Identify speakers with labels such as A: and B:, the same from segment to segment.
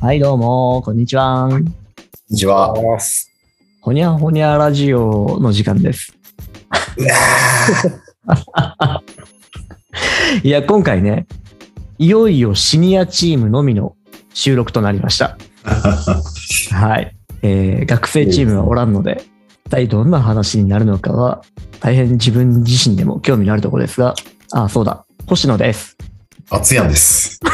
A: はい、どうも、こんにちは。
B: こんにち は。
C: あす。
A: ほにゃほにゃラジオの時間です。いや、今回ね、いよいよシニアチームのみの収録となりました。はい。えー学生チームはおらんので、一体どんな話になるのかは、大変自分自身でも興味のあるところですが、あ、そうだ、星野です。
B: 熱やんです。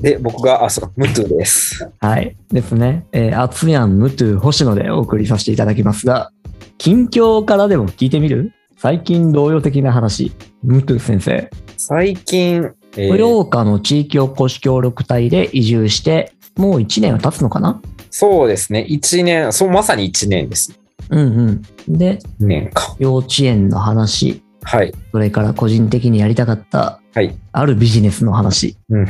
C: で、僕が、あ、そうか、ムトゥです。
A: はい。ですね。えー、アツヤン、ムトゥ、星野でお送りさせていただきますが、近況からでも聞いてみる最近同様的な話。ムトゥ先生。
C: 最近、えー
A: 豊岡の地域おこし協力隊で移住して、もう1年は経つのかな
C: そうですね、1年、そう、まさに1年です。
A: うんうん。で、
C: 1年か。
A: 幼稚園の話、
C: はい。
A: それから個人的にやりたかった、
C: はい。
A: あるビジネスの話。
C: うん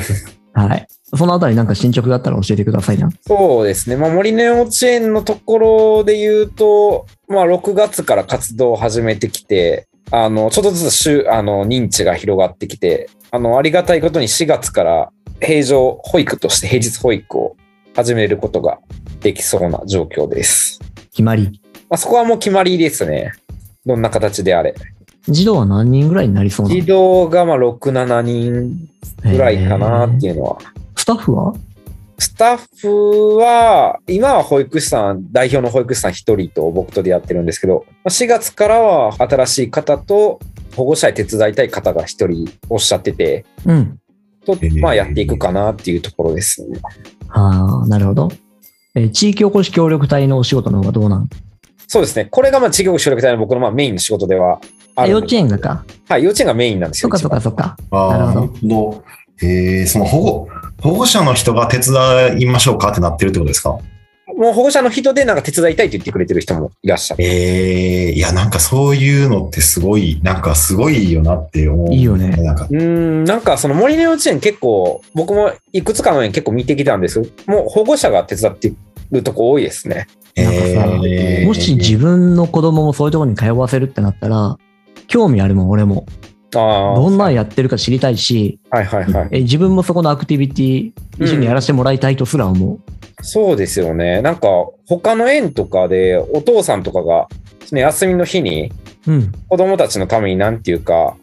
A: はい。そのあたりなんか進捗があったら教えてくださいな。
C: そうですね、まあ、森の幼稚園のところで言うと、まあ、6月から活動を始めてきて、あのちょっとずつ周あの認知が広がってきてあの、ありがたいことに4月から平常保育として平日保育を始めることができそうな状況です。
A: 決まり。
C: まあ、そこはもう決まりですね。どんな形であれ。
A: 児童は何人ぐらいになりそうなの
C: 児童がまあ6、7人ぐらいかなっていうのは。
A: スタッフは
C: スタッフは、今は保育士さん、代表の保育士さん1人と僕とでやってるんですけど、まあ4月からは新しい方と保護者へ手伝いたい方が1人おっしゃってて、
A: うん。
C: と
B: へー、
C: まあやっていくかなっていうところですね。
A: ああ、なるほど。えー地域おこし協力隊のお仕事の方がどうなん
C: そうですね。これがまあ事業協力隊の僕のまあメインの仕事ではあ
A: あ
C: る
A: 幼
C: んで
A: 稚園がか。
C: はい、幼稚園がメインなんです
A: そ
C: よ。
A: っかそっかそっか。な
B: あ
A: るほ
B: ー
A: ど
B: なるほど。えー、その保護、保護者の人が手伝いましょうかってなってるってことですか
C: 一番もう保護者の人でなんか手伝いたいって言ってくれてる人もいらっしゃる。
B: えー、いや、なんかそういうのってすごい、なんかすごいよなって思う。
A: いいよね
B: なんか
C: うーん、なんかその森の幼稚園結構、僕もいくつかの園結構見てきたんですけど、もう保護者が手伝ってるとこ多いですね。
A: なんかさ
B: えー
A: もし自分の子供もそういうところに通わせるってなったら、興味あるもん、俺も。
C: ああ。
A: どんなんやってるか知りたいし、
C: はいはいはい。
A: えー自分もそこのアクティビティ、一緒にやらせてもらいたいとすら思う。
C: そうですよね。なんか他の園とかでお父さんとかが、その休みの日に
A: うん。
C: 子供たちのためになんていうか、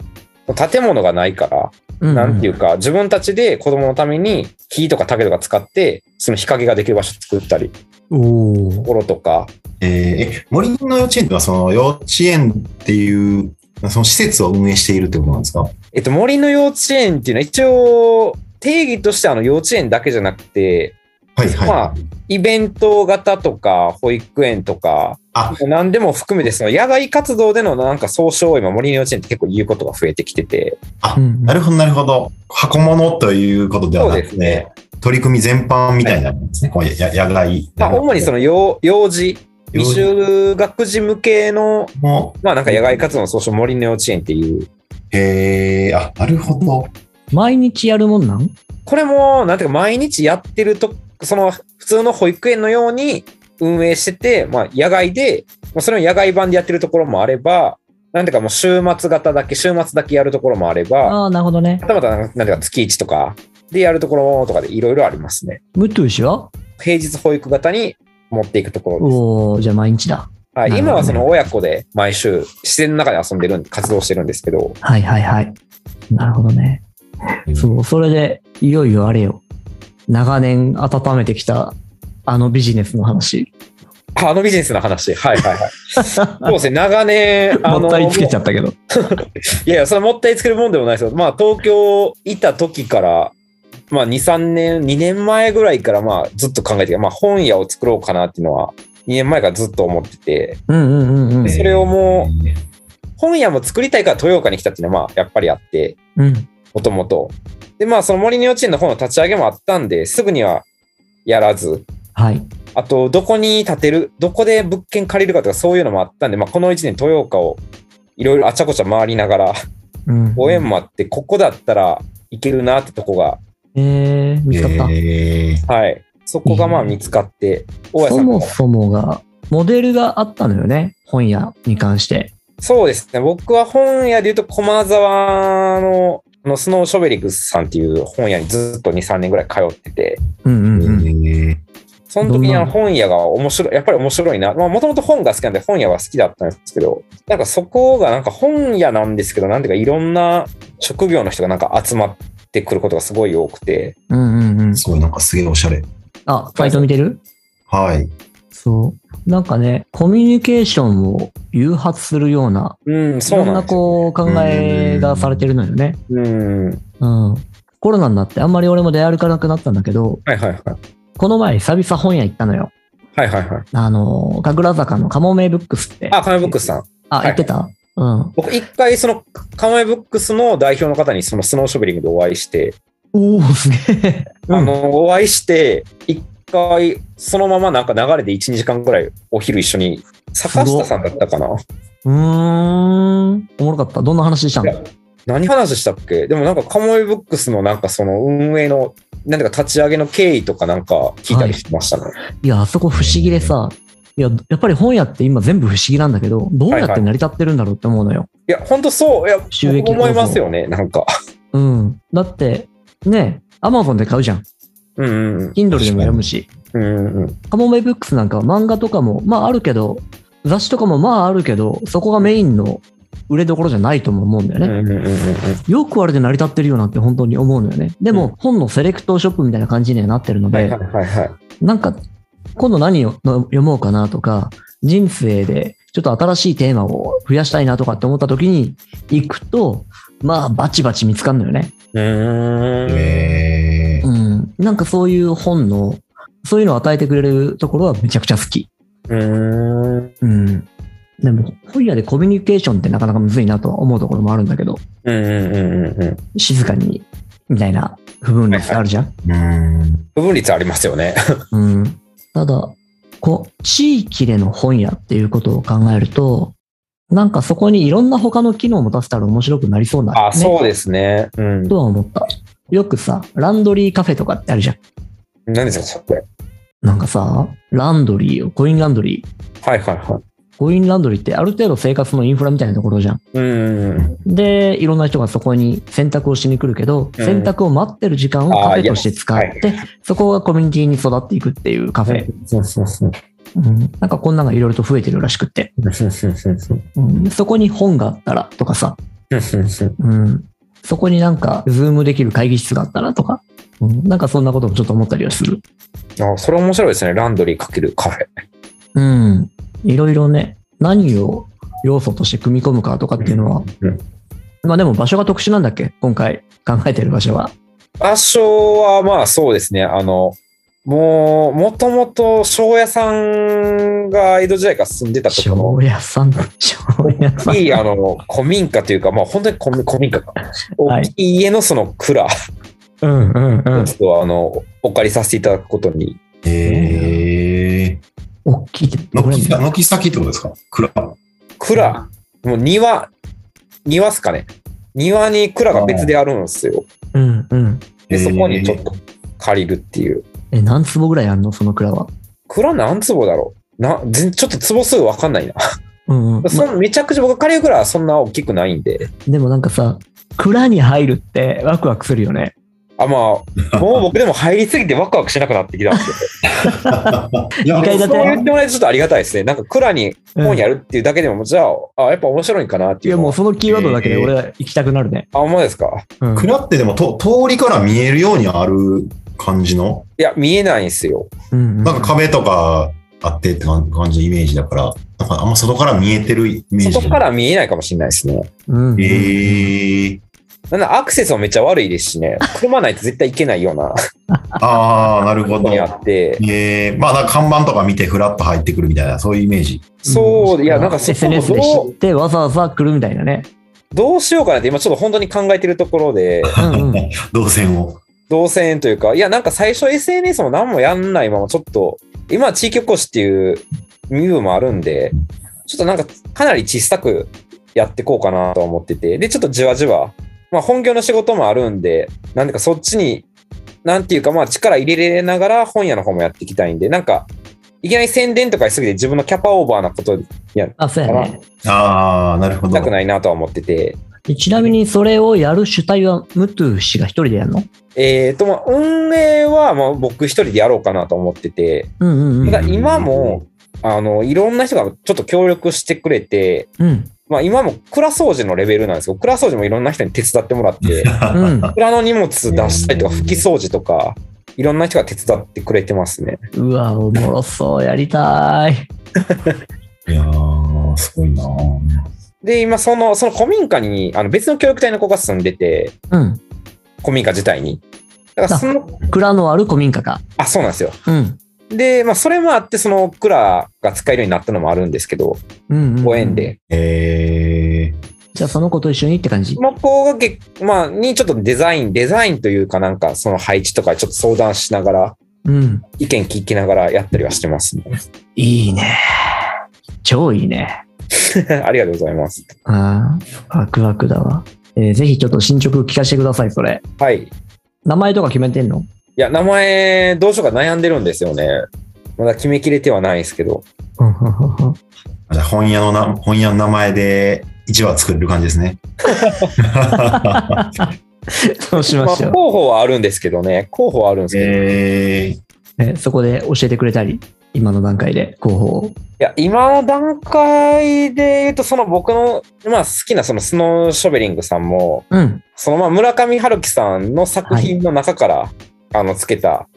C: 建物がないから、
A: うんうん
C: なんていうか、自分たちで子供のために木とか竹とか使って、その日陰ができる場所作ったり、
A: お
C: と
A: ー
C: ころとか、
B: えーえ、森の幼稚園ってのはその幼稚園っていう、その施設を運営しているってことなんですか
C: えっと、森の幼稚園っていうのは一応、定義としてあの幼稚園だけじゃなくて、
B: はいはい。
C: まあイベント型とか、保育園とか、
B: あ
C: 何でも含めて、その野外活動でのなんか総称を今、森の幼稚園って結構言うことが増えてきてて、
B: あ
A: うん
B: なるほど、なるほど。箱物ということではな
C: そうで
B: く
C: す
B: て、
C: ね
B: 取り組み全般みたいなもんですね。こうやや野外。
C: まあ、主にその幼幼児、未就学児向けの、
B: も。
C: まあなんか野外活動の総称、森の幼稚園っていう、
B: へえ、あ、なるほど。
A: 毎日やるもんなん
C: これも、なんていうか、毎日やってると、その普通の保育園のように運営してて、まあ、野外で、まあ、それを野外版でやってるところもあれば、なんていうか、もう週末型だけ、週末だけやるところもあれば、
A: ああー、なるほどね
C: ま。たまた、なんていうか、月1とかでやるところとかでいろいろありますね。
A: ムトゥ氏は
C: 平日保育型に持っていくところです。
A: おーじゃあ毎日だ。な
C: は、
A: いるほど
C: 今はその親子で毎週、自然の中で遊んでるんで、活動してるんですけど、
A: はいはいはい。なるほどね。そう、それで、いよいよあれよ。長年温めてきた、あのビジネスの 話。
C: ああのビジネスの話、はいは いはい。そうですね、長年、あの
A: もったいつけちゃったけど。
C: いやいや、それもったいつけるもんでもないですよ。まあ、東京いた時から、まあ、2、3年、2年前ぐらいから、まあ、ずっと考えてて、まあ、本屋を作ろうかなっていうのは、2年前からずっと思ってて、
A: うんうんうんうん。
C: それをも本屋も作りたいから豊岡に来たっていうのは、まあ、やっぱりあって、
A: うん。
C: もともと。で、まあ、その森の幼稚園の方の立ち上げもあったんで、すぐにはやらず、
A: はい。
C: あと、どこに建てる、どこで物件借りるかとか、そういうのもあったんで、まあ、この1年、豊岡をいろいろあちゃこちゃ回りながら、
A: うん。
C: ご縁もあって、ここだったらいけるなってとこが、
A: えー、見つかった。
B: えー
C: はい。そこがまあ
A: うん
C: 見つかって、大家さ
A: そ
C: ん
A: も
C: も。
A: そもが、モデルがあったのよね。本屋に関して。
C: そうですね。僕は本屋で言うと、駒沢のあのスノーショベリグスさんっていう本屋にずっと2、3年ぐらい通ってて、
A: うんうんうん。
B: え
C: その時
A: どん
C: に
A: な
C: あの本屋が面白い、やっぱり面白いな。まあもともと本が好きなんで本屋は好きだったんですけど、なんかそこがなんか本屋なんですけど、なんていうかいろんな職業の人がなんか集まってくることがすごい多くて、
A: うんうんうん
B: ー、。すごい、なんかすげえおしゃれ。
A: あ、ファイト見てる
B: はい。
A: そう。なんかね、コミュニケーションを誘発するような、
C: うん、
A: い
C: そう
A: ろん
C: な
A: なん
C: ですよ
A: こう考えがされてるのよね。
C: うん。
A: うん。コロナになってあんまり俺も出歩かなくなったんだけど、
C: はいはいはい。
A: この前久々本屋行ったのよ。
C: はいはいはい。
A: あの、神楽坂のカモメブックスって。
C: あ、カメブックスさん。
A: あ、
C: はい
A: 行ってたうん。
C: 僕一回そのカメブックスの代表の方にそのスノーショベリングでお会いして、
A: おおすげえ。うん
C: あの、お会いして、一回そのままなんか流れで1、2時間ぐらいお昼一緒に、坂下さんだったかな
A: うーん。おもろかった。どんな話したの
C: 何話したっけでもなんかカモイブックスのなんかその運営の、なんていうか立ち上げの経緯とかなんか聞いたりしてましたね。
A: いや、あそこ不思議でさ、いや、やっぱり本屋って今全部不思議なんだけど、どうやって成り立ってるんだろうって思うのよ。
C: い、や、本当そう、いや、
A: 収益
C: 僕思いますよね、なんか。
A: うん。だって、ね、アマゾンで買うじゃん。
C: うんうん
A: Kindle でも読むし。
C: うん。うんうん
A: カモメブックスなんかは漫画とかも、まああるけど、雑誌とかもまああるけど、そこがメインの売れどころじゃないとも思うんだよ
C: うん。う
A: ね。
C: んうんうんうん。
A: よくあれで成り立ってるよなって本当に思うのよね。でも、
C: うん
A: 本のセレクトショップみたいな感じにはなってるので、
C: はいはいはいはい。
A: なんか、今度何をの読もうかなとか、人生でちょっと新しいテーマを増やしたいなとかって思った時に行くと、まあ、バチバチ見つかるのよね。
C: うーん。
B: えー、
A: うん。なんかそういう本の、そういうのを与えてくれるところはめちゃくちゃ好き。
C: うーん。
A: うん。でも、本屋でコミュニケーションってなかなかむずいなとは思うところもあるんだけど、
C: うんうんうんうんうん。
A: 静かに、みたいな部分 があるじゃん。
B: うーん。
C: 不分率ありますよね。
A: うん。ただ、こう、地域での本屋っていうことを考えると、なんかそこにいろんな他の機能も出せたら面白くなりそうな、ね。
C: あ、そうですね。うん。
A: とは思った。よくさ、ランドリーカフェとかってあるじゃん。
C: 何ですか、それ。
A: なんかさ、ランドリーを、コインランドリー。
C: はいはいはい。
A: コインランドリーってある程度生活のインフラみたいなところじゃん。
C: うんうん。
A: で、いろんな人がそこに洗濯をしに来るけど、
C: うん
A: 洗濯を待ってる時間をカフェとして使
C: あー
A: っ
C: い
A: て、そこがコミュニティに育っていくっていうカフェ。
C: そうそうそう。
A: うん、なんかこんなのがいろいろと増えてるらしくって。うん、そこに本があったらとかさ、うん、そこになんか、ズームできる会議室があったらとか、うん、なんかそんなこともちょっと思ったりはする。
C: あ、それ面白いですね。ランドリーかけるカフェ。
A: うん、いろいろね、何を要素として組み込むかとかっていうのは、
C: うん
A: まあでも場所が特殊なんだっけ今回考えてる場所は。
C: 場所はまあそうですね。あの、もう、もともと庄屋さんが江戸時代から住んでたところ。
A: 庄屋さん、庄屋さん。
C: いいあの古民家というか、まあ、本当に古民古民家か、
A: はい
C: 大きい家のその蔵、
A: うんうんうん
C: ちょっとあのお借りさせていただくことに
B: えー、
A: 大きいって、どれも
B: 軒先ってことですか蔵。
C: 蔵、もう庭、庭っすかね。庭に蔵が別であるんですよ。
A: うんうん。
C: で、そこにちょっ
B: え
C: と借りるっていう。
A: え、何坪ぐらいあるのその蔵は。
C: 蔵何坪だろうな、ぜちょっと坪数わかんない な。
A: うんうん。
C: そんめちゃくちゃ僕が借りる蔵はそんな大きくないんで。
A: でもなんかさ、蔵に入るってワクワクするよね。
C: あ、まあ、もう僕でも入りすぎてワクワクしなくなって きたんです
B: いや
A: 二階
C: け
A: 建て
C: ど。そう言ってもらえてちょっとありがたいですね。なんか蔵に本やるっていうだけでも、じゃあ、あ、やっぱ面白いんかな
A: い
C: っていう
A: や
C: のは。
A: もうそのキーワードだけで俺は行きたくなるね。
C: あ、ほんまですか
A: うん
B: 蔵ってでもと通りから見えるようにある感じの、
C: いや、見えないんですよ。
A: うん
B: なんか壁とかあってって感感じのイメージだから、なんかあんま外から見えてるイメージ。
C: 外から見えないかもしれないですね。
A: うんうん
B: えー、
C: なんだアクセスもめっちゃ悪いですしね。車ないと絶対行けないような
B: ああ、なるほ
C: とこ
B: ど。
C: にあって。
B: えー、まあなんか看板とか見てフラッと入ってくるみたいな、そういうイメージ。
C: そう、いや、なんかそこも
A: SNS で知
C: ど
A: っ
C: う、
A: てわざわざ来るみたいなね。
C: どうしようかなって今ちょっと本当に考えてるところで、
A: うんうん
B: 動線を。
C: 動線というか、いや、なんか最初 SNS も何もやんないままちょっと、今は地域おこしっていう身分もあるんで、ちょっとなんかかなり小さくやってこうかなとは思ってて、で、ちょっとじわじわ、まあ本業の仕事もあるんで、なんていうかそっちに、なんていうかまあ力入れれながら本屋の方もやっていきたいんで、なんか、いきなり宣伝とかしすぎて自分のキャパオーバーなこと
A: あ、そうやね。
B: ああ、なるほど。
C: したくないなとは思ってて、
A: でちなみにそれをやる主体はムトゥ氏が一人でやるの
C: えーとまあ、運営はまあ僕一人でやろうかなと思ってて、
A: うんうんうん
C: ただ今もあのいろんな人がちょっと協力してくれて、
A: うん
C: まあ、今も蔵掃除のレベルなんですけど、蔵掃除もいろんな人に手伝っても らって、
A: うん
C: 蔵の荷物出したりとか、拭き掃除とか、いろんな人が手伝ってくれてますね。
A: うわおもろそうやりたい
B: いやー、すごいな
C: で、今その、その古民家にあの別の協力隊の子が住んでて、
A: うん
C: 古民家自体に。だからその、
A: 蔵のある古民家か
C: あ、そうなんですよ。
A: うん
C: で、まあ、それもあって、その蔵が使えるようになったのもあるんですけど、
A: うんうん
C: ご縁で。
B: え
A: じゃあその子と一緒にって感じ
C: その子がけ、まあ、にちょっとデザイン、デザインというかなんか、その配置とかちょっと相談しながら、
A: うん
C: 意見聞きながらやったりはしてま すね。
A: いいね超いいね
C: ありがとうございます。
A: ああワクワクだわ、えーぜひちょっと進捗聞かせてくださいそれ
C: はい。い
A: 名前とか決めてんの
C: や、名前、どうしようか悩んでるんですよね。まだ決めきれてはないですけど。
A: うんうんうんうん
B: ー、じゃあ本屋のな、本屋の名前で1話作れる感じですね。
A: そうしましょ う、
C: 候補はあるんですけどね。候補はあるんですけど。い
B: えー、
A: えーそこで教えてくれたり今の段階で広報を
C: や、今の段階で言うと、その僕の、まあ、好きなそのスノーショベリングさんも、
A: うん
C: そのまあ村上春樹さんの作品の中から、あのつけた、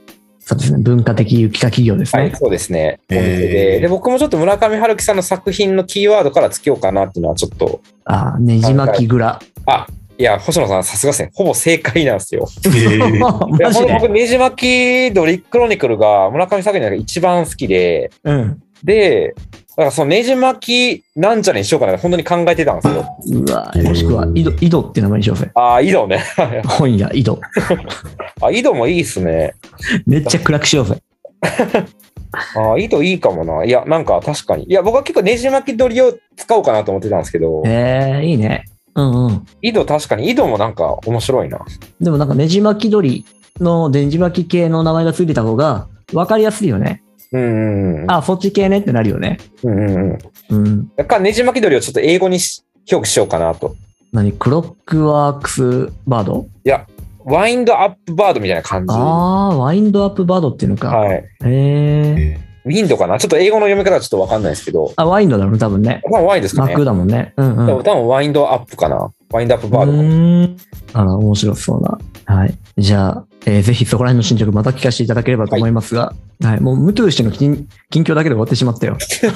A: そうですね文化的有機化企業ですね、
C: はい、そうですね、
B: へー
C: お店でで僕もちょっと村上春樹さんの作品のキーワードからつけようかなっていうのはちょっと
A: ああねじ巻き蔵
C: あいや星野さんさすがですねほぼ正解なんですよ。
B: えー、
C: いや
A: マジ
C: ほんと
A: で
C: 僕ねじ巻きドリッククロニクルが村上作品の中で一番好きで
A: うん
C: でだからそのねじ巻きなんちゃらにしようかなって本当に考えてたんですよ。
A: うわ
B: えー
A: もしくは井戸井戸って名前にしようぜ
C: ああ井戸ね。
A: 本屋井戸
C: あ井戸もいいっすね。
A: めっちゃ暗くしようぜ
C: ああ、いいといいかもな。いや、なんか確かに。いや、僕は結構ねじ巻き鳥を使おうかなと思ってたんですけど、
A: えー、いいねうんうん
C: 井戸確かに、井戸もなんか面白いな。
A: でもなんかねじ巻き鳥のねじ巻き系の名前がついてた方が分かりやすいよね
C: うんうんうん。
A: あそっち系ねってなるよね
C: うんうんうん。
A: うん
C: だからねじ巻き鳥をちょっと英語にし表記しようかなと。
A: 何クロックワークスバード
C: ワインドアップバードみたいな感じ。は
A: ああーワインドアップバードっていうのか、
C: い。
A: へえ
B: え
C: ウィンドかなちょっと英語の読み方はちょっとわかんないですけど、
A: あワインドだろうね多分ね
C: まあワインですか
A: マ
C: ね
A: ッ。クだもんねうんうん
C: でも多分ワインドアップかな。ワインドアップバード
A: う
C: かな。
A: ーんあら、面白そうな。はい。じゃあ、えーぜひそこら辺の進捗また聞かせていただければと思いますが、はい。もう、ムトゥー氏の近近況だけで終わってしまったよ。
C: めちゃ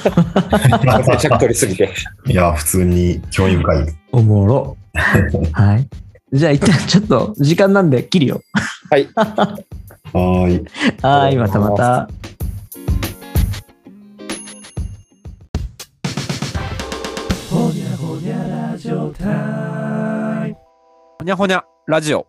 C: くちゃりすぎて。
B: ーいや、普通に興味深い。
A: おもろ。 はい。じゃあ、一旦ちょっと時間なんで切る よ。
B: はーい。
A: はい、またまた。
C: ほにゃほにゃラジオ。